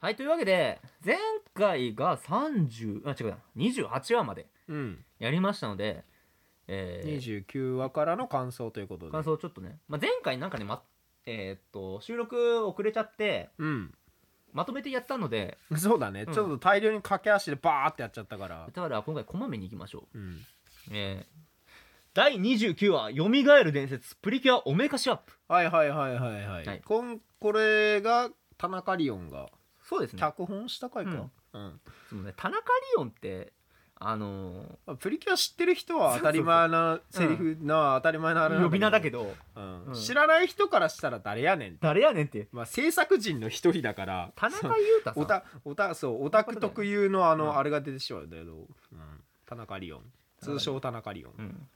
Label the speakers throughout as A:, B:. A: はいというわけで前回が30あ違うな28話まで
B: うん、
A: やりましたので、えー
B: 29話からの感想ということで
A: 感想をちょっとね、まあ、前回なんかね、まえーっと収録遅れちゃって
B: うん
A: まとめてやったので
B: そうだね、
A: うん
B: ちょっと大量に駆け足でバーってやっちゃったから
A: だから今回こまめにいきましょ
B: うん
A: う、えー、第29話「よみがえる伝説プリキュアおめかしアップ
B: はいはいはいはいはい、
A: はい
B: こんこれが田中リオンが」
A: そうですね
B: 脚本した回か、
A: うん
B: うん
A: そのね田中リオンってあのー
B: まあプリキュア知ってる人は当たり前なセリフな当たり前なあれなん
A: 呼び名だけ
B: ど、
A: ど
B: うん
A: うん
B: 知らない人からしたら誰やねん、
A: 誰やねんって
B: まあ、制作人の一人だから
A: 田中裕太さん
B: オタオタそうオタク特有のあの、
A: うん
B: あれが出てしまうんだけど、うん田中リオン通称田中リオン、
A: うん、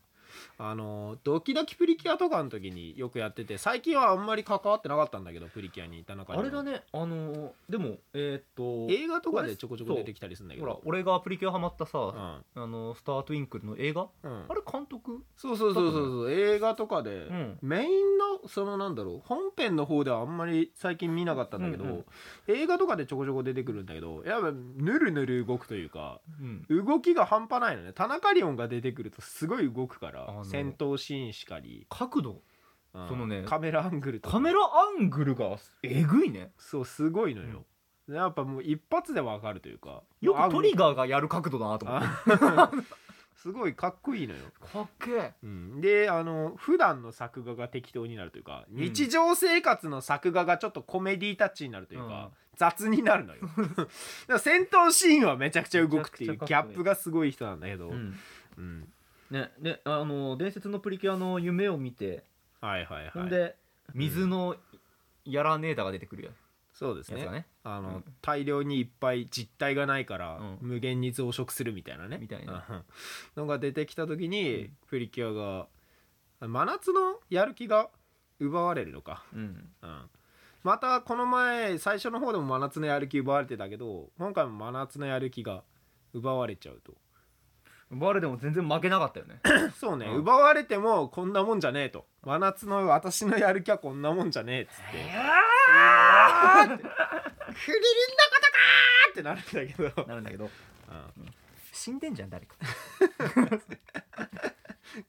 B: あのドキドキプリキュアとかの時によくやってて最近はあんまり関わってなかったんだけどプリキュアに田中リ
A: あ
B: オン
A: れだねあのーでもえーっと
B: 映画とかでちょこちょこ出てきたりするんだけ
A: ほら
B: ど
A: 俺がプリキュアハマったさ、
B: うん
A: あのースター・トゥインクルの映画
B: うん
A: あれ監督
B: そうそうそうそうそう映画とかで、
A: うん
B: メインのそのなんだろう本編の方ではあんまり最近見なかったんだけど、
A: うんうん
B: 映画とかでちょこちょこ出てくるんだけどやっぱぬるぬる動くというか
A: うん
B: 動きが半端ないのね田中リオンが出てくるとすごい動くか
A: あ
B: ら
A: の
B: 戦闘シーンしかり、
A: 角度
B: うん
A: そのね
B: カメラアングルとか
A: カメラアングルがえぐいね
B: そうすごいのよ、やっぱもう一発でわかるというか
A: よくトリ
B: ガ
A: ガーがやる角度だなと思って
B: ーすごいかっこいいのよ、
A: かっけえ
B: うん、であの普段の作画が適当になるというか日常生活の作画がちょっとコメディータッチになるというか、
A: うん
B: 雑になるの よでも戦闘シーンはめちゃくちゃ動くっていう
A: めち
B: ギ
A: ゃくちゃかっ
B: ャ
A: こいい
B: ップがすごい人なんだけど、
A: うん
B: うん
A: ねであのー伝説のプリキュアの夢を見て
B: はいはい
A: ほ
B: は
A: ん
B: い
A: で、水のやらねえだが出てくるや
B: そうです
A: つが
B: ね
A: ね
B: あの、
A: うん
B: 大量にいっぱい実体がないから、
A: うん
B: 無限に増殖するみたいなね
A: みたいな
B: うんのが出てきた時に、
A: うん
B: プリキュアが真夏のやる気が奪われるのか、
A: うん
B: うん、またこの前最初の方でも真夏のやる気奪われてたけど今回も真夏のやる気が奪われちゃ うと
A: バレでも全然負けなかったよ ね
B: そうね、
A: うん
B: 奪われてもこんなもんじゃねえと真夏の私のやる気はこんなもんじゃねえっつってあーってクリリンのことかーってなるんだけど、
A: なるんだけど
B: うん
A: 死んでんじゃん誰か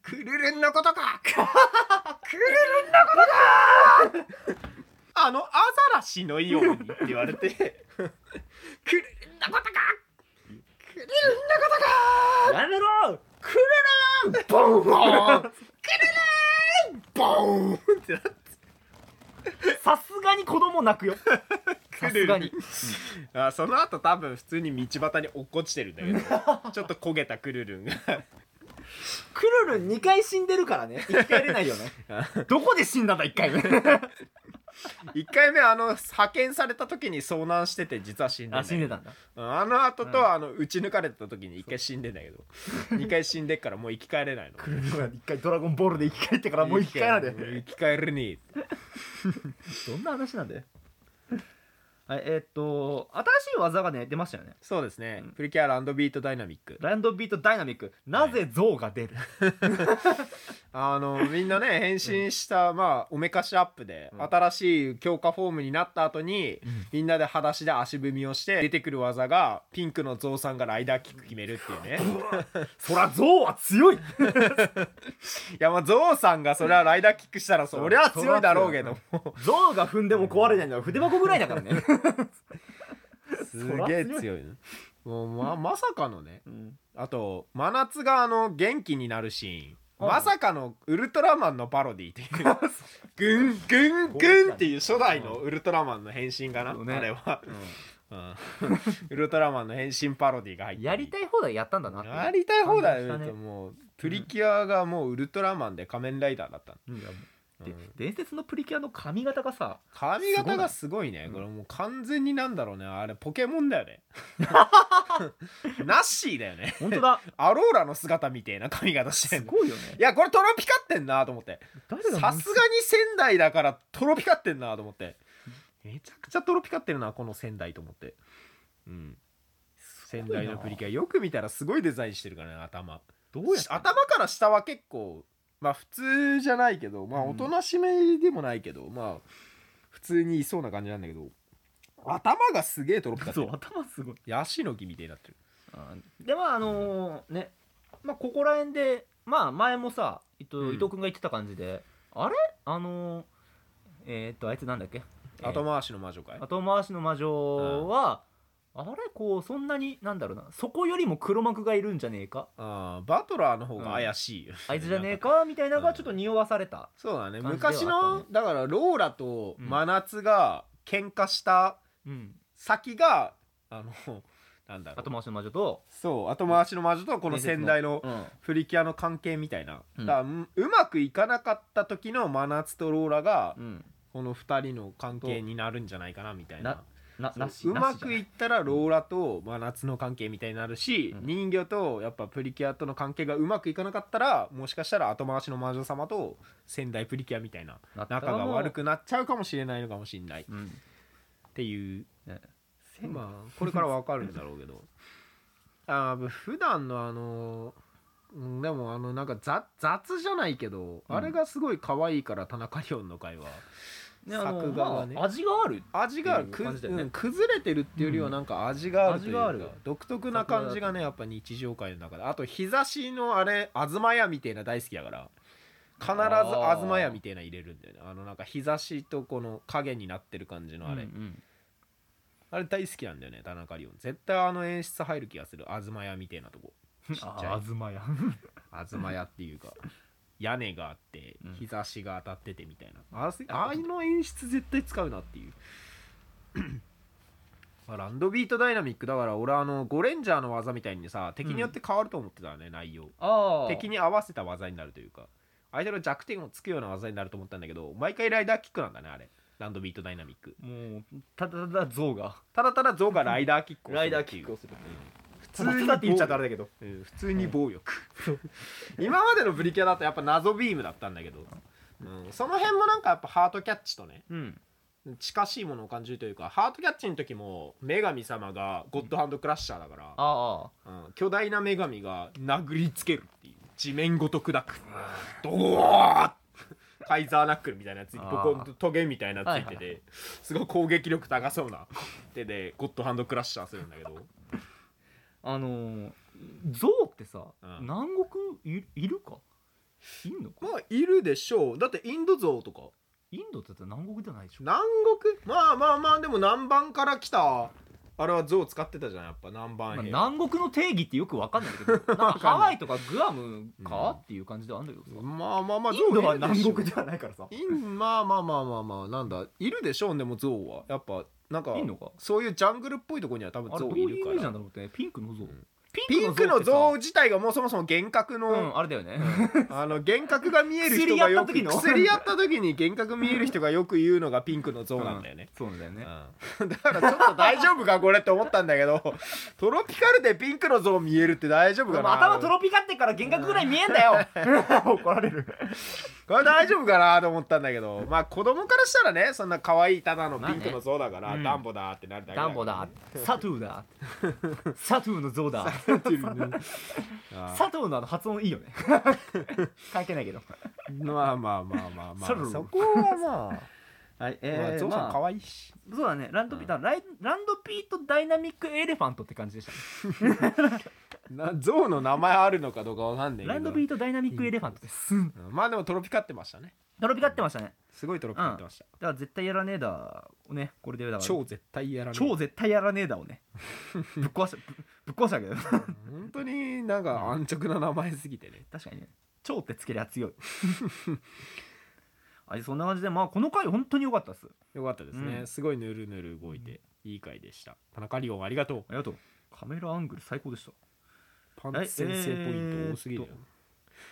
B: クルルンのこと かクルルンのことかあのアザラシのようにって言われてクルルンのことかクルルン
A: やめろ
B: ボーンクルルンボーンってなって
A: さすがに子供 泣くよさすがに
B: あその後多分普通に道端に落っこちてるんだけどちょっと焦げたクルルンが
A: クルルン2回死んでるからね1回出ないよ ねどこで死んだんだ1回目
B: 1回目あの派遣された時に遭難してて実は死んでんだ
A: あ
B: け
A: 死
B: ど
A: んでたんだ
B: うんあの後と、
A: うん
B: あの打ち抜かれた時に一回死んでんだけど二回死んでっからもう生き返れないの
A: クルルンは1回ドラゴンボールで生き返ってからもう1回なんだよ
B: もう生き返るに
A: どんな話なんだよはいえーっと新しい技がね出ましたよね
B: そうですね、
A: うん
B: プリキュアランドビートダイナミック
A: ランドビートダイナミックなぜ像が出る、
B: あのみんなね変身した、まあおめかしアップで、
A: うん
B: 新しい強化フォームになった後に、
A: ん
B: みんなで裸足で足踏みをして出てくる技がピンクのゾウさんがライダーキック決めるってい うね
A: そら像は強い
B: いやまあゾウさんがそれはライダーキックしたらそりゃ強いだろうけども
A: 像が踏んでも壊れないのは筆箱ぐらいだからね、
B: すげえ強いねもうままさかのね
A: うん
B: あと真夏があの元気になるシーン
A: はい
B: まさかのウルトラマンのパロディっていうグングングンっていう初代のウルトラマンの変身かな、
A: そうね
B: あれは、 うんウルトラマンの変身パロディが入って
A: やりたい放題やったんだなって
B: やりたい放題だ
A: 感動した
B: よ、
A: ね
B: もうプリキュアがもうウルトラマンで仮面ライダーだったの、
A: うんいやもうで
B: うん
A: 伝説のプリキュアの髪型がさ
B: 髪型がすごいね
A: すご
B: こ
A: い
B: れもう完全になんだろうねあれポケモンだよね ナッシーだよ ね
A: 本当だ
B: アローラの姿みたいな髪型して
A: す
B: んの
A: ごいよ
B: い
A: ね
B: やこれトロピカってんなと思って
A: 誰が
B: さすがに仙台だからトロピカってんなと思ってめちゃくちゃトロピカってるなこの仙台と思ってうん仙台のプリキュアよく見たらすごいデザインしてるからね頭
A: どうやって
B: 頭から下は結構まあ普通じゃないけどまあ
A: うん
B: おとなしめでもないけど、まあ普通にいそうな感じなんだけど頭がすげえトロピカって
A: そう
B: る
A: 頭すごい
B: ヤシの木みたいになってる
A: あーでまああのーね、まあ、ここら辺でまあ前もさ伊藤,、
B: う
A: 伊
B: ん
A: 藤君が言ってた感じであれあのーえー、っとあいつなんだっけ
B: 後回しの魔女かい、
A: 後回しの魔女は、あれこうそんなになんだろうなそこよりも黒幕がいるんじゃねえか
B: あーバトラーの方が怪しいよ、
A: あいつじゃねえかみたいなのがちょっと匂わされた、
B: そうだね
A: 感じではあった
B: 昔
A: ね
B: のだからローラと真夏が喧嘩した
A: うん、
B: 先が、あの なんだろ
A: 後
B: う
A: 回しの魔女と
B: そう後回しの魔女とこの先代の
A: うん
B: プリキュアの関係みたいな、
A: うん
B: だからううまくいかなかった時の真夏とローラが
A: うん、
B: この2人の関係になるんじゃないかなみたいな
A: なな
B: そう
A: なし
B: うま
A: なしじゃな
B: くいったらローラと真夏の関係みたいになるし、
A: うん
B: 人魚とやっぱプリキュアとの関係がうまくいかなかったらもしかしたら後回しの魔女様と仙台プリキュアみたいな
A: なったら
B: 仲が
A: もう
B: 悪くなっちゃうかもしれないのかもしれないっ
A: うん
B: ていう
A: ね
B: まあこれからわかるんだろう けどあー普段のあのうんでもあのなんか雑雑じゃないけど、
A: うん
B: あれがすごい可愛いから田中亮の回は
A: ねあの
B: 作画がね
A: まあ味がある
B: 味がある
A: って
B: く、
A: いう感じだよね
B: うん崩れてるっていうよりはなんか味があるというか、
A: 味がある
B: 独特な感じがねやっぱ日常会の中であと日差しのあれ東屋みたいな大好きだから必ず
A: あー
B: 東屋みたいな入れるんだよねあのなんか日差しとこの影になってる感じのあれ、
A: うんうん
B: あれ大好きなんだよね田中リオン絶対あの演出入る気がする東屋みたいなとこちっちゃ
A: あ
B: い
A: ずま や
B: 東屋っていうか屋根があって
A: うん
B: 日差しが当たっててみたいな、あすああいうの演出絶対使うなっていう まあランドビートダイナミックだから俺あのゴレンジャーの技みたいにさ敵によって変わると思ってたね、内容
A: ああ
B: 敵に合わせた技になるというか相手の弱点をつくような技になると思ったんだけど毎回ライダーキックなんだねあれランドビートダイナミック
A: もうただただ象が
B: ただただゾウがライダーキックをする
A: ライダーキックをするた
B: 普
A: だただって言っちゃったらあれだけど
B: うん普通に暴力、 今までのプリキュアだとやっぱ謎ビームだったんだけど、うん、その辺もなんかやっぱハートキャッチとね
A: うん
B: 近しいものを感じるというかハートキャッチの時も女神様がゴッドハンドクラッシャーだから、
A: あ
B: うん、巨大な女神が殴りつけるっていう地面ごと砕くドーッカイザーナックルみたいなやつにボコンとトゲみたいなのついて
A: はいはいは
B: てすごい攻撃力高そうな手でゴッドハンドクラッシャーするんだけど
A: ああのー象ってさ
B: うん
A: 南国いいるかいんのか
B: まあいるでしょうだってインド象とか
A: インドってだって南国じゃないでしょ
B: 南国まあまあまあでも南蛮から来たあれは象使ってたじゃんやっぱ南
A: まあ
B: 蛮兵、
A: 南国の定義ってよくわかんないけどなんかハワイとかグアム
B: うん
A: かっていう感じではあるんだけどさ
B: まあまあまあ
A: インドは南
B: で
A: 国じゃないからさ
B: インまあまあまあまあまあなんだいるでしょうでも象はやっぱなんか
A: いんのか
B: そういうジャングルっぽいとこには多
A: あ
B: 分
A: れど
B: 象
A: う
B: い
A: いう
B: る
A: イ
B: か
A: メージな
B: ら
A: んだろうってねピンクの象
B: ん
A: ピ
B: ピンクの
A: 象
B: 象自体がもうそもそも幻覚の、
A: うんあれだよね
B: あの幻覚が見える人がよく
A: 薬やった時の
B: 薬やった時に幻覚見える人がよく言うのがピンクの象なんだよね、
A: そうなんだよね
B: だからちょっと大丈夫かこれって思ったんだけど トロピカルでピンクの像見えるって大丈夫かな
A: 頭トロピカってから幻覚ぐらい見えんだよ怒られる
B: これ大丈夫かなと思ったんだけどまあ子供からしたらねそんな可愛いただのピンクの像だから、
A: まあね
B: ダンボだってなるだけ
A: ダンボだサトゥーだサトゥーの像だ
B: っていうねあ
A: サトゥーのあの発音いい よね関係ないけど
B: まあまあまあまあま
A: そ
B: あ
A: う
B: そこはまあ、
A: はい
B: まあ、
A: え
B: ゾウさん
A: ま
B: 可愛いし、
A: あそうだねランドピート、ライランドピートダイナミックエレファントって感じでしたね
B: なゾウの名前あるのかどうかわかんないけど
A: ランドビートダイナミックエレファントです。
B: うんまあでもトロピカってましたね
A: トロピカってましたね。
B: すごいトロピカってました、
A: だから絶対やらねえだをね、これでだから。
B: 超絶対やらない
A: 超絶対やらねえだをね。ぶっ壊した、ぶぶっ壊したけど。
B: 本当になんか安直な名前すぎてね
A: 確かにね。超ってつけりゃ強い。 あそんな感じで、まあこの回本当に良かったです。
B: よかったですね、
A: うん
B: すごいぬるぬる動いて、いい回でした田中リオンありがとう
A: ありがとう。カメラアングル最高でした。
B: パンツ先生ポイント多すぎるよ、
A: えーっ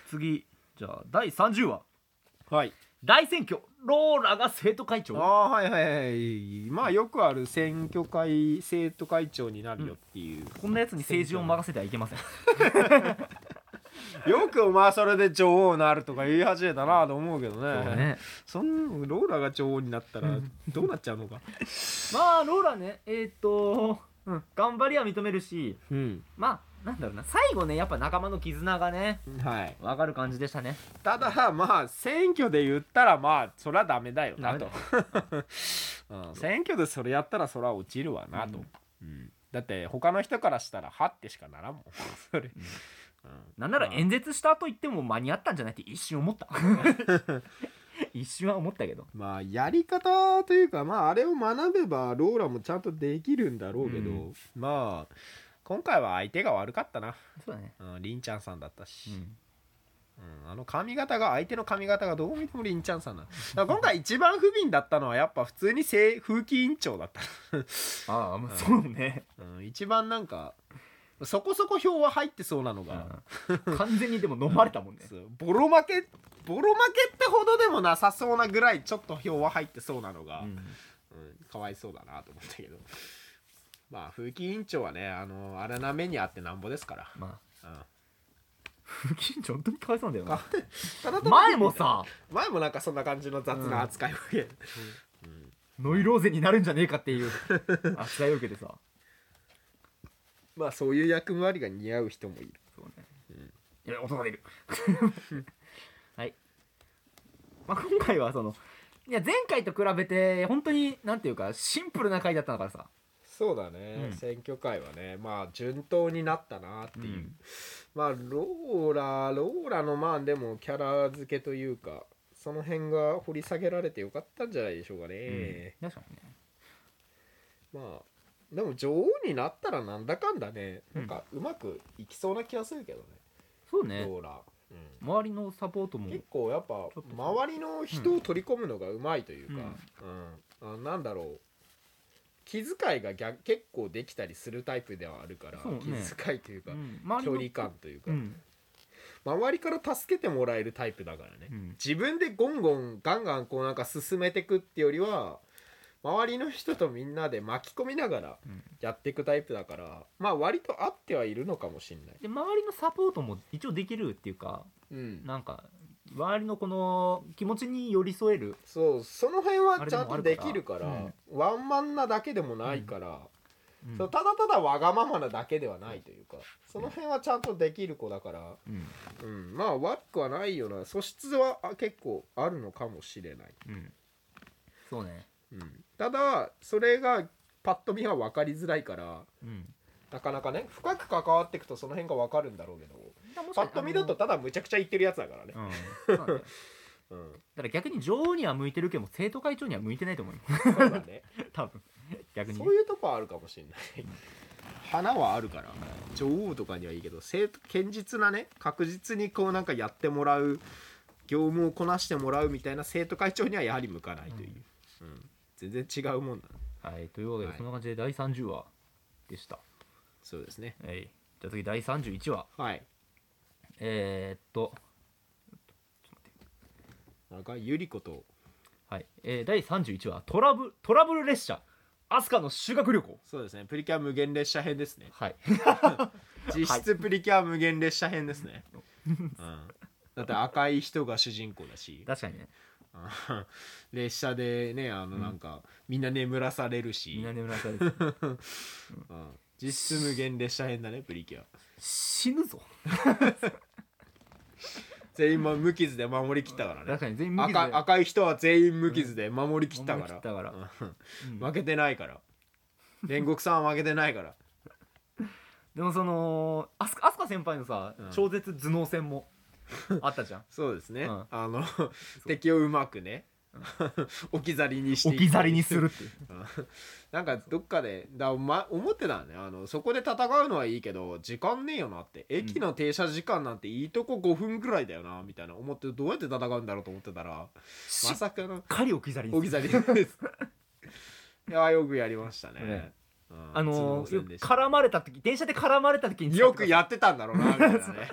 A: 次、じゃあ第30話。
B: はい
A: 大選挙ローラが生徒会
B: あ
A: 長。
B: あはいはいはいまあよくある選挙会生徒会長になるよっていう、
A: こんなやつに政治を任せてはいけませ ん。
B: よくお前それで女王になるとか言い始めたなと思うけど
A: そう
B: ね
A: だね。
B: そんなローラが女王になったらどうなっちゃうのか
A: まあローラねえーっと、頑張りは認めるし
B: うん
A: まあなんだろうな最後ねやっぱ仲間の絆がね
B: はい、
A: 分かる感じでしたね
B: ただまあ選挙で言ったらまあそりゃダメだよなと、 うん、選挙でそれやったらそりゃ落ちるわなと、うんだって他の人からしたらはってしかならん もんそれ、うん
A: なんなら
B: まあ
A: 演説したと言っても間に合ったんじゃないって一瞬思った 一瞬は思ったけど
B: まあやり方というかまああれを学べばローラもちゃんとできるんだろうけど、
A: うん
B: まあ今回は相手が悪かったな、
A: そうだね
B: うん、りんちゃんさんだったし、
A: うん
B: うんあの髪型が相手の髪型がどう見てもりんちゃんさんなのだから今回一番不憫だったのはやっぱ普通に正風紀委員長だった
A: ああまあそうね、
B: な、 うん、一番なんかそこそこ票は入ってそうなのが、
A: うん完全にでも飲まれたもんね
B: そうボロ負けボロ負けってほどでもなさそうなぐらいちょっと票は入ってそうなのが、うんかわいそうだなと思ったけど まあ風紀委員長はねあの荒な目にあってなんぼですから、
A: まあ
B: うん、
A: 不謹慎本当にかわいそうなんだよな
B: ただただ
A: 前もさ
B: 前もなんかそんな感じの雑な扱いを受け、
A: ノイローゼになるんじゃねえかっていう扱いを受けてさ
B: まあそういう役回りが似合う人もいる
A: そうね、いや音が出る はい、まあ、今回はそのいや前回と比べて本当になんていうかシンプルな回だったからさ
B: そうだね、
A: うん
B: 選挙会はねまあ順当になったなっていう、
A: うん
B: まあローラローラのまあでもキャラ付けというかその辺が掘り下げられてよかったんじゃないでしょうかね、
A: 確かにね
B: まあでも女王になったらなんだかんだね
A: う
B: なんんかうまくいきそうな気がするけどね、
A: そうね
B: ローラ、うん
A: 周りのサポートも
B: 結構やっ
A: ち
B: ぱ
A: ょっと
B: 周りの人を取り込むのがうまいというか、うんあなんだろう気遣いが逆結構できたりするタイプではあるから、
A: そうね
B: 気遣いというか
A: う、ん、周り
B: 距
A: の
B: 離感というか、
A: うん、
B: 周りから助けてもらえるタイプだからね、
A: うん
B: 自分でゴンゴンガンガンこうなんか進めてくってよりは周りの人とみんなで巻き込みながら
A: うん
B: やっていくタイプだからまあ割と合ってはいるのかもしんない、
A: で周りのサポートも一応できるっていうか
B: うん、
A: なんか周りのこの気持ちに寄り添える
B: そうその辺
A: あ
B: は
A: れ
B: ち
A: でも
B: ゃんとできるからワンマンなだけでもないから、そうただただわがままなだけではないというかその辺はちゃんとできる子だから、
A: うん
B: うん、まあ悪くはないような素質はあ結構あるのかもしれない、
A: うんそうね
B: うん、ただそれがパッと見は分かりづらいから
A: うん
B: なかなかね深く関わっていくとその辺が分かるんだろうけどパッと見だとただむちゃくちゃ言ってるやつだからね
A: う、んそうなんだよ
B: うん、
A: だから逆に女王には向いてるけども生徒会長には向いてないと思うよ
B: そうだね
A: 多分逆にね
B: そういうとこはあるかもしれない花はあるから女王とかにはいいけど生徒堅実なね確実にこうなんかやってもらう業務をこなしてもらうみたいな生徒会長にはやはり向かないという、うん全然違うもんだ
A: はいというわけで、
B: はい
A: そんな感じで第30話でした
B: そうですね
A: はいじゃあ次第31話
B: はい
A: えー、っと
B: なんかゆり子と
A: はい、えー、第31話トラブトラブル列車アスカの修学旅行
B: そうですねプリキュア無限列車編ですね
A: はい
B: 実質プリキュア無限列車編ですね、うん、だって赤い人が主人公だし
A: 確かにね
B: うん 列車でねあのなんか、みんな眠らされるし
A: みんな眠らされて
B: うん実質無限列車編だねプリキュア
A: 死ぬぞ
B: 全員ま無傷で守りきったからね
A: 確かに全員無傷で
B: 赤赤い人は全員無傷で守りきったか
A: 守り
B: ら
A: きったから
B: うん負けてないから煉獄さんは負けてないから
A: でもそのアスカアスカ先輩のさ、
B: うん
A: 超絶頭脳戦 もあったじゃん
B: そうですね、
A: うん
B: あの敵をうまくね 置き去りにしていく
A: 置き去りにするっていう
B: うん なんかどっかでだ、ま、思ってたねあのそこで戦うのはいいけど時間ねえよなって駅の停車時間なんていいとこ5分ぐらいだよなみたいな思ってどうやって戦うんだろうと思ってたら
A: し
B: ま
A: っ
B: さかの
A: かり置き去りに
B: 小
A: す
B: 木
A: る
B: さんです。いやよくやりましたね。
A: ね
B: うん
A: あの
B: 頭脳
A: ー、よ
B: 戦
A: く
B: でした
A: 絡まれた時電車で絡まれた時に
B: よくやってたんだろうなみ たいなね。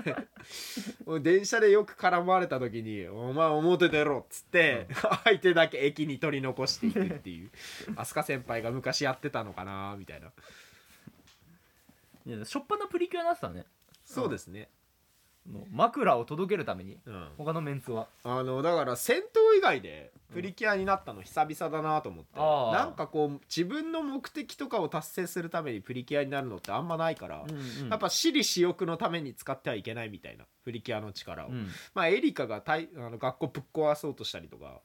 B: もう電車でよく絡まれた時に「お前表出ろ」っつって、相手だけ駅に取り残していくっ ていう飛鳥先輩が昔やってたのかなみたいない
A: やしょっぱなプリキュアなってたね
B: そうですね、
A: の枕を届けるために
B: うん、
A: 他のメンツは
B: あのだから戦闘以外でプリキュアになったの久々だなと思って、
A: うんああ
B: なんかこう自分の目的とかを達成するためにプリキュアになるのってあんまないから、や
A: や
B: っぱ私利私欲のために使ってはいけないみたいなプリキュアの力を、まあエリカがたいあの学校ぶっ壊そうとしたりと か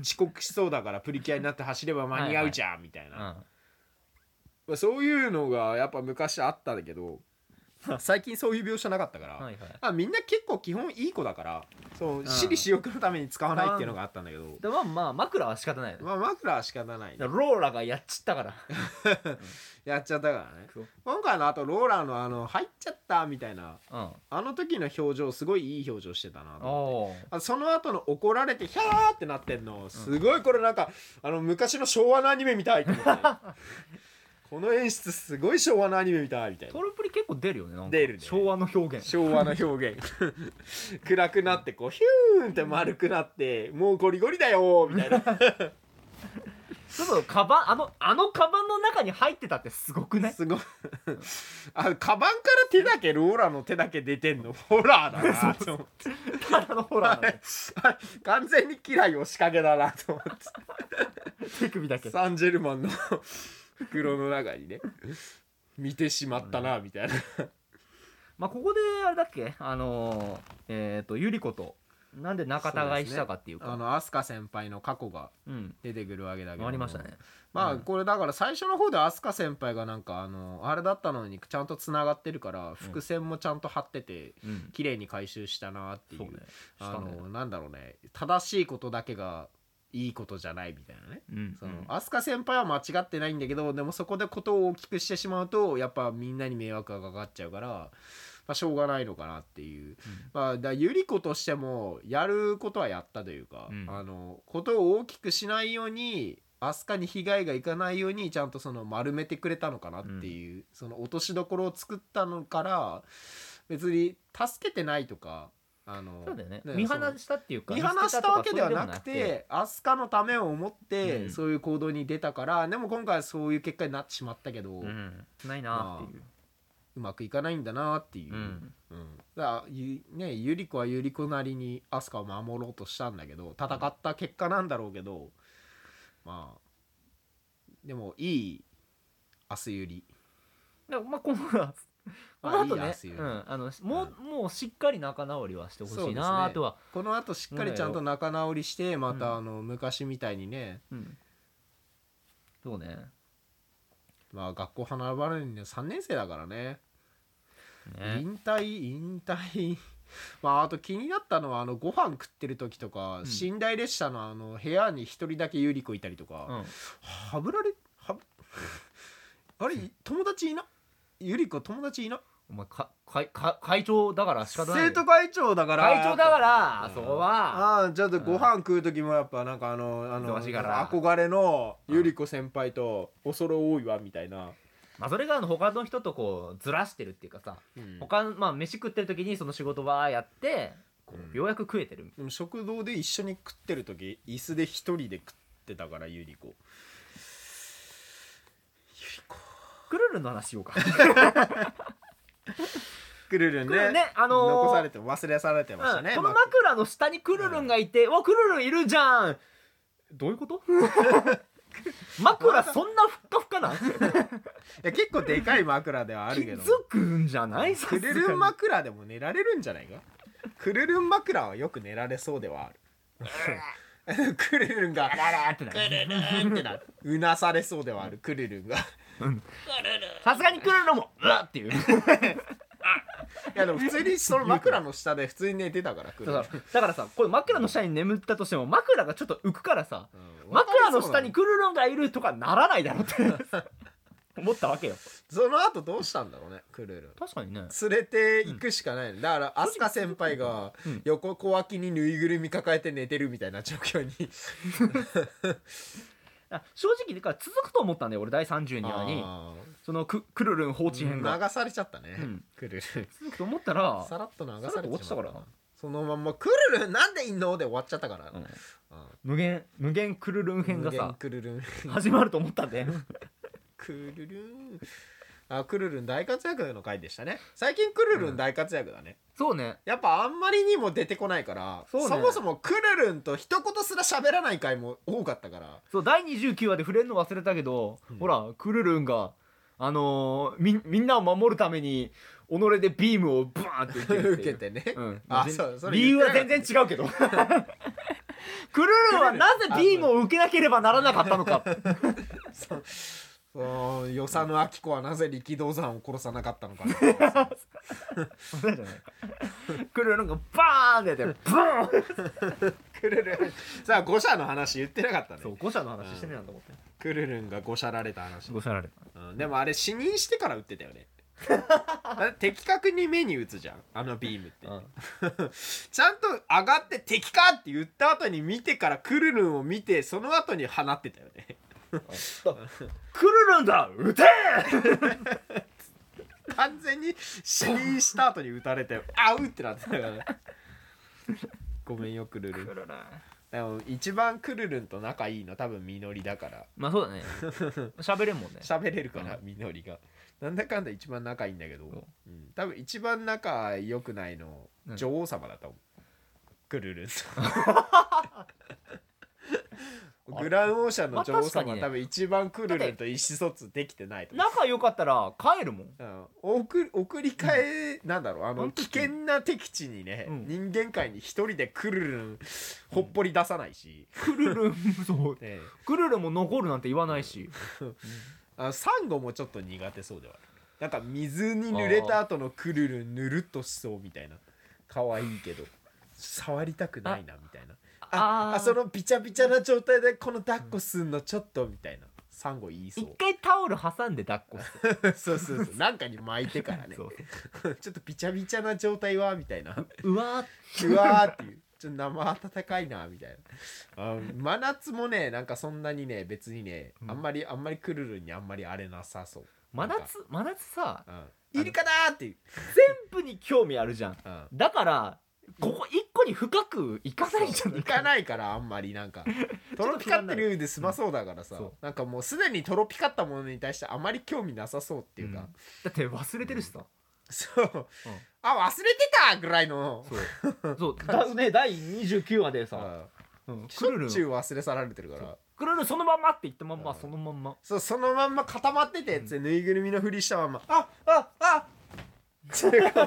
B: 遅刻しそうだからプリキュアになって走れば間に合うじゃんみたいな、まあ、そういうのがやっぱ昔あったんだけど最近そういう描写なかったから、
A: はいはい
B: まあ、みんな結構基本いい子だからそ
A: ん
B: う私利私欲のために使わないっていうのがあったんだけど、
A: でまあまあ枕は仕方ないよね
B: まあ、枕は仕方ないね
A: だからローラがやっちったから
B: やっちゃったからね
A: そう
B: 今回のあとローラーのあの入っちゃったみたいな
A: うん
B: あの時の表情すごいいい表情してたなと思って
A: おー
B: あその後の怒られてヒャーってなってんのすごいこれなんか、あの昔の昭和のアニメみたいと思 ってこの演出すごい昭和のアニメみたいみたいな
A: トロプリ結構出るよねなんか
B: 出るね
A: 昭和の表現
B: 昭和の表現 暗くなってこうヒューンって丸くなってもうゴリゴリだよーみたいな
A: ちょっとカバンあのあのカバンの中に入ってたってすごくない
B: すごいあカバンから手だけローラの手だけ出てんのホラーだなと思って
A: ただのホラーなの
B: あれ 完全に嫌いを仕掛けだなと思っ
A: 手首だけ
B: て サンジェルマンの袋の中にね見てしまったなみ たいな
A: まあここであれだっけあのーえっとゆり子となんで仲違いしたかっていうか
B: の飛鳥先輩の過去が
A: うん
B: 出てくるわけだ
A: ありましたね
B: ま
A: う
B: あ
A: ん
B: これだから最初の方で飛鳥先輩がなんかあのあれだったのにちゃんとつながってるから伏線もちゃんと張ってて
A: うん
B: 綺麗に回収したなっていう
A: そうねした
B: あ
A: ね
B: のなんだろうね正しいことだけがいいことじゃないみたいなね
A: うん
B: その飛鳥先輩は間違ってないんだけどでもそこでことを大きくしてしまうとやっぱみんなに迷惑がかかっちゃうから、まあ、しょうがないのかなっていう、まあだからゆり子としてもやることはやったというか、
A: うん
B: あのことを大きくしないように飛鳥に被害がいかないようにちゃんとその丸めてくれたのかなっていう、その落としどころを作ったのから別に助けてないとかあの
A: そうだよね
B: ね
A: 見放したっていうか
B: 見放したわけではなく
A: 見捨て
B: て飛鳥のためを思っ
A: う
B: て
A: ん
B: そういう行動に出たから、でも今回はそういう結果になってしまったけど、
A: たと
B: う
A: かそういうのはなくてうんないなっていう
B: まくいかないんだなっていう、
A: うん
B: うんだからゆ,、ね、ゆり子はゆり子なりに飛鳥を守ろうとしたんだけど戦った結果なんだろうけどまあでもいい明日ゆり
A: でもまあこのこ
B: まあ
A: の後ね
B: いい汗よ
A: うんあのもうもうしっかり仲直りはしてほしいなとは
B: このあとしっかりちゃんと仲直りしてまたあの昔みたいにね、
A: うんそうね
B: まあ、学校離れるの3年生だからね
A: ね
B: 引退引退 まああと気になったのはあのご飯食ってる時とか、
A: うん
B: 寝台列車のあの部屋に一人だけゆり子いたりと
A: う
B: か、
A: ん
B: はぶられはぶ あれ友達いなゆり子友達いな
A: お前か会会会長だから仕方ないよ
B: 生徒会長だから
A: 会長だ
B: ら
A: からそこは
B: ああちょっとご飯食う時もやっぱなんかあのあの
A: 忙しいから
B: 憧れのゆり子先輩と恐れ多いわみたいな、
A: まあそれがあの他の人とこうずらしてるっていうかさ他のまあ飯食ってる時にその仕事はやってこ
B: うん
A: うようやく食えてる
B: でも食堂で一緒に食ってる時椅子で一人で食ってたからゆり子
A: クルルンの話しよう か
B: くるるん
A: クルル
B: ね
A: ンねあのー
B: 残されて忘れ去られてましたね、
A: うんこの
B: まあ
A: 枕の下にクルルンがいて「わクルルンいるじゃん!」どういうこと 枕そんなふっかふかなん
B: いや結構でかい枕ではある
A: 気
B: けど
A: づくんじゃない
B: くるるん
A: 枕
B: 枕でも寝られるんじゃないかくるるん枕はよく寝られそうではある くるるんが
A: ってな
B: くるるんってなうなされそうではあるくるるんがい
A: さすがにクルルンも「うわっ!」っていうだ
B: やでも普通にその枕の下で普通に寝てたからくるるん
A: からだからさこれ枕の下に眠ったとしても枕がちょっと浮くからさ
B: うん
A: 枕の下にクルルンがいるとかならないだろ って思ったわけよ
B: その後どうしたんだろうねくるるん
A: 確かにね
B: 連れて行くしかないの、だから飛鳥先輩が
A: うん
B: 横小脇にぬいぐるみ抱えて寝てるみたいな状況に
A: あ正直だから続くと思ったんだよ俺第32話に
B: あ
A: そのククルルン放置編
B: ー
A: が
B: 流されちゃったね、
A: うん
B: くるるん
A: 続くと思ったら
B: さらっと流されて
A: さらっと落ちたから
B: しまそのまんま「くるるんなんでいんの?」で終わっちゃったから、
A: うん
B: うん
A: 無限無限クルルン編が
B: 無限
A: さ
B: くるるん
A: 始まると思ったんだよ
B: くるるんあクルルン大活躍の回でしたね最近クルルン大活躍だね、
A: そうね
B: やっぱあんまりにも出てこないから
A: そうね
B: もそもクルルンと一言すら喋らない回も多かったから
A: そう第29話で触れるの忘れたけど、
B: うん
A: ほらクルルンがあのーみみんなを守るために己でビームをバーンって 受けるって
B: 受
A: い
B: け
A: う
B: てね、
A: うん
B: あそうそれ
A: 理
B: 言
A: 由
B: って
A: は
B: なかっ
A: 全
B: た
A: 然違う けどクルルンはなぜビームを受けなければならなかった のか
B: そう与謝野晶子はなぜ力道山を殺さなかったのかな
A: そうじゃないクルルンがバーンってやってブーン
B: クルルンさあ五社の話言ってなかったね
A: そう5社の話してねえなと思って
B: クルルンが五社られた話、
A: 5社られ
B: うんでもあれ死任してから打ってたよね あれ的確に目に打つじゃんあのビームって、
A: うん
B: ちゃんと上がって敵かって言った後に見てからクルルンを見てその後に放ってたよね
A: クルルンだ撃て
B: 完全に死任した後に打たれて あうってなってたからねごめんよクルルン
A: クルルン
B: でも一番クルルンと仲いいの多分みのりだから
A: まあそうだ ね喋れんもんね
B: 喋れるからみのりがなんだかんだ一番仲いいんだけど、
A: ん
B: うん多分一番仲良くないの
A: うん
B: 女王様だと思う、クルルン とグランオーシャンの女王
A: まあ確か
B: 様
A: に
B: は
A: ね
B: 多分一番クルルンと意思疎通できてないと思う
A: 仲良かったら帰るもん
B: うん送送り替えなんだろうあ
A: あ
B: の
A: の
B: 危
A: 時
B: 険な敵地にね、
A: うん
B: 人間界に一人でクルルンほっぽり出さないし、
A: クルルンそう
B: ね
A: クルルンも残るなんて言わないし
B: あサンゴもちょっと苦手そうではあるなんか水に濡れた後のクルルンぬるっとしそうみたいな可愛いけど触りたくないなみたいなああ
A: ー
B: そのビチャビチャな状態でこの抱っこすんのちょっとみたいなサンゴ言いそ
A: 一
B: う
A: 回タオル挟んで抱っこする
B: そうそうそうなんかに巻いてからね
A: そう
B: ちょっとビチャビチャな状態はみたいな
A: うわーっ
B: うわーっていうちょっと生温かいなみたいなあー真夏もねなんかそんなにね別にねあんまりあんまりクルルンにあんまり荒れなさそう
A: 真
B: なんか
A: 夏真夏さ
B: うん、イルカだーっていう、
A: 全部に興味あるじゃん
B: うん、
A: だからここ一個に深くいかないんじゃない
B: 行かないからあんまりなん かトロピカってるで済まそうだからさ
A: うんそう
B: なんかもうすでにトロピカったものに対してあまり興味なさそうっていうか、
A: うんだって忘れてるしさ、
B: そう、あ忘れてたぐらいの
A: そう そうだね第29話で
B: う
A: さ、
B: ん
A: うん、
B: し
A: クル
B: ょ
A: ル
B: っちゅ
A: ン
B: う忘れ去られてるから
A: クルルンそのまんまって言ったまんま、
B: うん
A: そのまんま
B: そうそのまんま固まっててつってぬいぐるみのふりしたまんま「あああ っていうか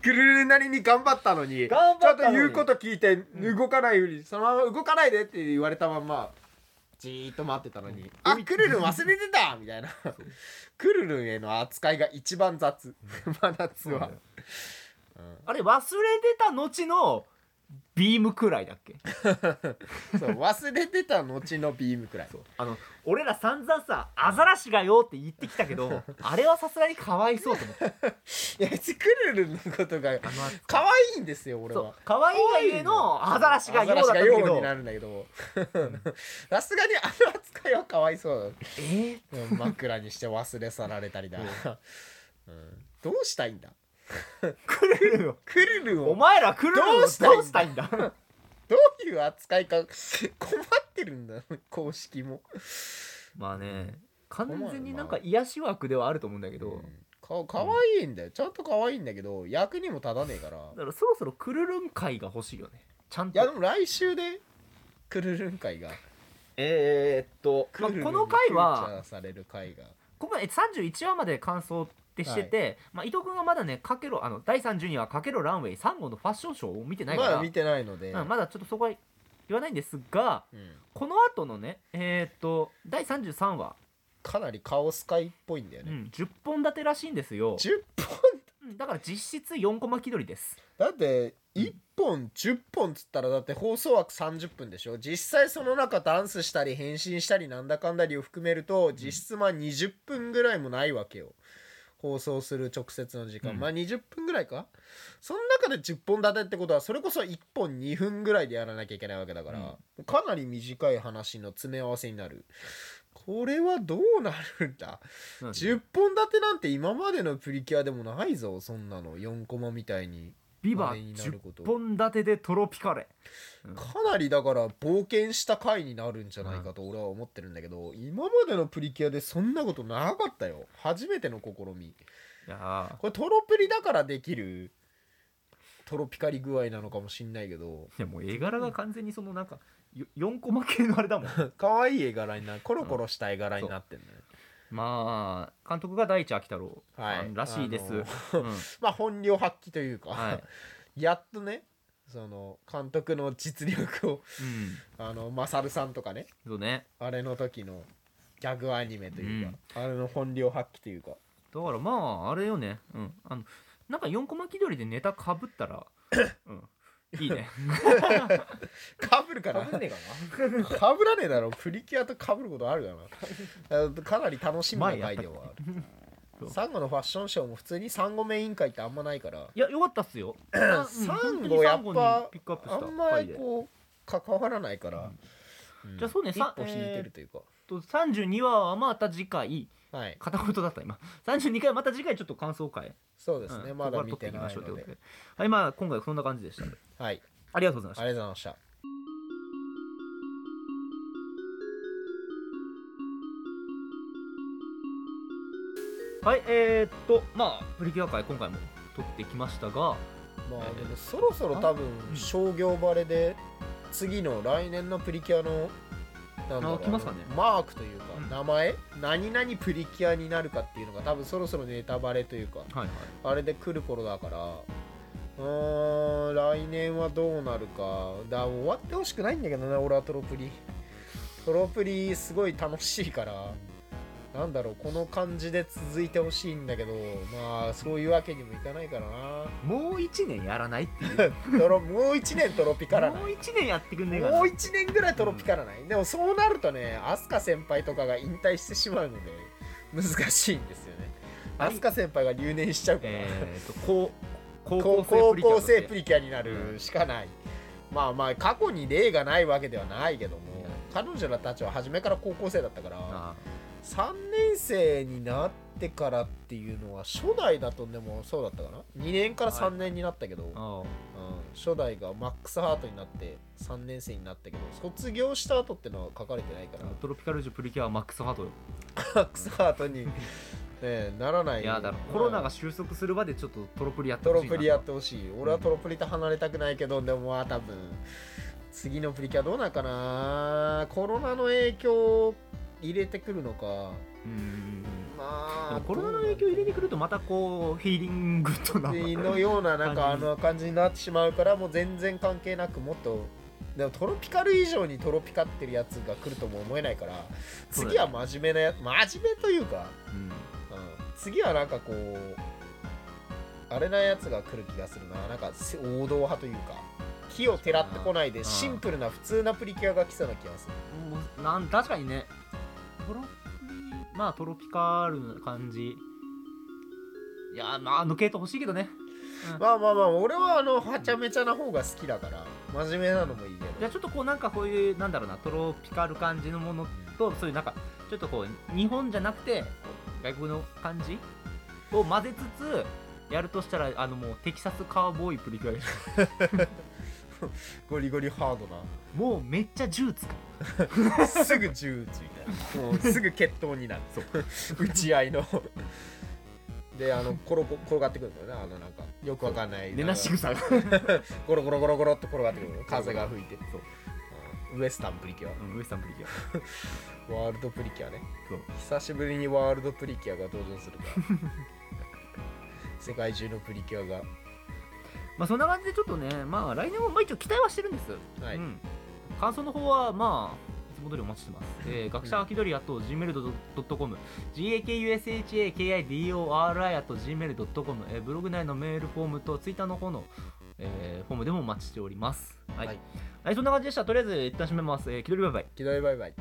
B: くるるなりに頑張ったのに
A: 頑張ったのに
B: ちょっと言うこと聞いて動かないより、そのまま動かないでって言われたまんまじーっと待ってたのに「あくるるん忘れてた!」みたいなくるるんへの扱いが一番雑真夏は、
A: あれ忘れてた後のビームくらいだっけ
B: そう忘れてた後のビームくらい
A: あの俺ら散々さ「アザラシがよ」って言ってきたけ どあれはさすがにかわいそうと思って
B: いや別にくるるんのことが
A: あの
B: 可愛いんですよ俺
A: そ
B: は
A: う。かわいいがゆえの「アザラシがよ」だったけ
B: アザラシがよう
A: ど
B: になるんだけど さすがにあの扱いはかわいそう
A: えー
B: だ、うん、枕にして忘れ去られたりだ、うんどうしたいんだ
A: クルルンを
B: クルルン
A: お
B: を
A: 前らクルルンを
B: ど
A: ど
B: う
A: う
B: したいんだ
A: したいんだ
B: どういう扱いか困ってるんだ公式も、
A: まあね完全になんか癒し枠ではあると思うんだけど、
B: かかわいいんだよちゃんとかわいいんだけど役にも立たねえから
A: だからそろそろクルルン会が欲しいよねちゃん
B: いやで
A: と
B: も来週でクルルン会が、
A: えー、っと、まあ、
B: クルルン
A: この回
B: にフュー
A: は
B: チャーされる会が
A: ここまで31話まで感想ってしてて、まあ、伊藤君がまだねかけろあの第32話「かけろランウェイ3号」のファッションショーを見てないから、
B: まだ見てないので、
A: うんまだちょっとそこは言わないんですが
B: うん
A: この後のねえー、っと第33話、
B: かなりカオス会っぽいんだよ
A: う
B: ね、
A: ん、10本立てらしいんですよ、
B: 10本
A: うんだから実質4コマ気取りです
B: だって
A: うん
B: 1本10本っつったらだって放送枠30分でしょ実際その中ダンスしたり変身したりなんだかんだりを含めると実質まあ20分ぐらいもないわけよ放送する直接の時間、
A: うん
B: まあ20分ぐらいかその中で10本立てってことはそれこそ1本2分ぐらいでやらなきゃいけないわけだから、かなり短い話の詰め合わせになるこれはどうなるんだ
A: なんで
B: 10本立てなんて今までのプリキュアでもないぞそんなの4コマみたいに
A: ビバ
B: 倍になる
A: 10
B: こと
A: 本立てでトロピカレ
B: かなりだから冒険した回になるんじゃないかと俺は思ってるんだけど、今までのプリキュアでそんなことなかったよ初めての試み
A: いや
B: これトロプリだからできるトロピカリ具合なのかもしんないけど
A: ーいやもう絵柄が完全にそのなんか4コマ系のあれだも ん
B: 可愛い絵柄になコロコロした絵柄になってんだよ、
A: まあ監督が第一秋太郎
B: はい
A: さんらしいです、
B: あの
A: うん
B: まあ本領発揮というか、
A: はい
B: やっとねその監督の実力を
A: うん
B: あのマサルさんとかね
A: そうね
B: あれの時のギャグアニメというか、あれの本領発揮というか
A: だからまああれよねうんあのなんか4コマ気取りでネタかぶった ら、うん、いいね
B: かぶるかな
A: 被んねえか
B: かぶらねえだろプリキュアとかぶることあるかなあの かなり楽しみな回では あ
A: た
B: るサンゴのファッションショーも普通にサンゴメイン会ってあんまないか ら
A: いやよかったっすよ
B: サ
A: うん本当
B: ン
A: に
B: ゴやっ
A: サンゴに
B: ぱ
A: ピックアップ
B: あ
A: した
B: んま
A: 回
B: り
A: で
B: こう関わらないから、
A: じゃあそうね
B: ん一
A: さ
B: 歩引いてるというか、
A: と32話はまた次回
B: はい
A: 片言だった今32回また次回ちょっと感想会
B: そうですね、
A: うん
B: ま
A: ここ
B: だ
A: は
B: 見
A: 撮っていき
B: な
A: ま
B: い
A: しょうという
B: の
A: こ
B: で
A: とではいまあ今回そんな感じでした
B: はい
A: ありがとうございまし
B: あ
A: た
B: りがとうございました
A: はいえー、っとまあプリキュア会今回も撮ってきましたが
B: まあ
A: えー
B: でもそろそろ多分
A: うん
B: 商業バレで次の来年のプリキュアのなんだろう
A: あ来ますかね
B: あのマークというか
A: うん
B: 名前、何々プリキュアになるかっていうのが多分そろそろネタバレというか
A: はいはい
B: あれで来る頃だからうーん来年はどうなるかだ終わってほしくないんだけどな俺はトロプリトロプリすごい楽しいからなんだろうこの感じで続いてほしいんだけどまあそういうわけにもいかないからな
A: もう1年やらないっていう
B: トロもう1年トロピカらない
A: もう1年やってくんねえかな
B: もう1年ぐらいトロピカらない、でもそうなるとね飛鳥先輩とかが引退してしまうので難しいんですよね
A: はい
B: 飛鳥先輩が留年しちゃうから、
A: えー、と高高
B: 高
A: 校生
B: 高
A: プリキュア
B: 校
A: として
B: 生プリキュアになるしかない、まあまあ過去に例がないわけではないけども
A: うん
B: 彼女らたちは初めから高校生だったから
A: あ
B: 3年生になってからっていうのは初代だとでもそうだったかな2年から3年になったけど、
A: ああ
B: うん初代がマックスハートになって3年生になったけど卒業した後ってのは書かれてないから
A: あトロピカルジュプリキュアはマックスハートよ
B: マックスハートに、ねえ、ならない
A: いやだからコロナが収束するまでちょっとトロプリやって
B: ト
A: ほ
B: ロ
A: しいな
B: プリやってほしい俺はトロプリと離れたくないけど、でもまあ多分次のプリキュアどうなんかなコロナの影響を入れてくるのか
A: うんで
B: まあ
A: もコロナの影響入れてくるとまたこうヒーリングとな
B: のようななんかあ
A: 感じ
B: の感じになってしまうからもう全然関係なくもっとでもトロピカル以上にトロピカってるやつが来るとも思えないから
A: そうだ
B: 次は
A: ね
B: 真面目なやつ真面目というか、
A: うん
B: うん、次はなんかこうあれなやつが来る気がするななんかせ王道派というか木をてらってこないで
A: ん
B: シンプルな普通なプリキュアが来そうな気がする
A: もうなん確かにねトロプリまあトロピカルな感じいやまああの系統欲しいけどね、うん
B: まあまあまあ俺はあのはちゃめちゃな方が好きだから真面目なのもいいけど
A: じゃあちょっとこうなんかこういうなんだろうなトロピカル感じのものとそういうなんかちょっとこう日本じゃなくて外国の感じを混ぜつつやるとしたらあのもうテキサスカウボーイプリキュアでしょ
B: ゴリゴリハードな
A: もうめっちゃ銃使う
B: すぐ銃撃つみたいなもう すぐ決闘になる 打ち合いのであの転こ転がってくるんだよねあのなんかよくわかんない
A: 寝なしぐさが
B: ゴロゴロゴロゴロっと転がってくるの風が吹いて
A: そう、
B: うんウエスタンプリキュ
A: うん、ウエスタンプリキュア
B: アワールドプリキュアね
A: そう
B: 久しぶりにワールドプリキュアが登場する から世界中のプリキュアが
A: まあそんな感じでちょっとねまあ来年もまあ一応期待はしてるんです、
B: はい、
A: うん、感想の方はまあいつも通りお待ちしてます、えー、学者秋鳥あと gmail.com gakushakidori あと gmail.com、えー、ブログ内のメールフォームとツイッターの方の、えー、フォームでもお待ちしておりますはい、
B: は
A: はいいそんな感じでしたとりあえず一旦閉めます、えー、気取りバイバイ
B: 気取りバイバイ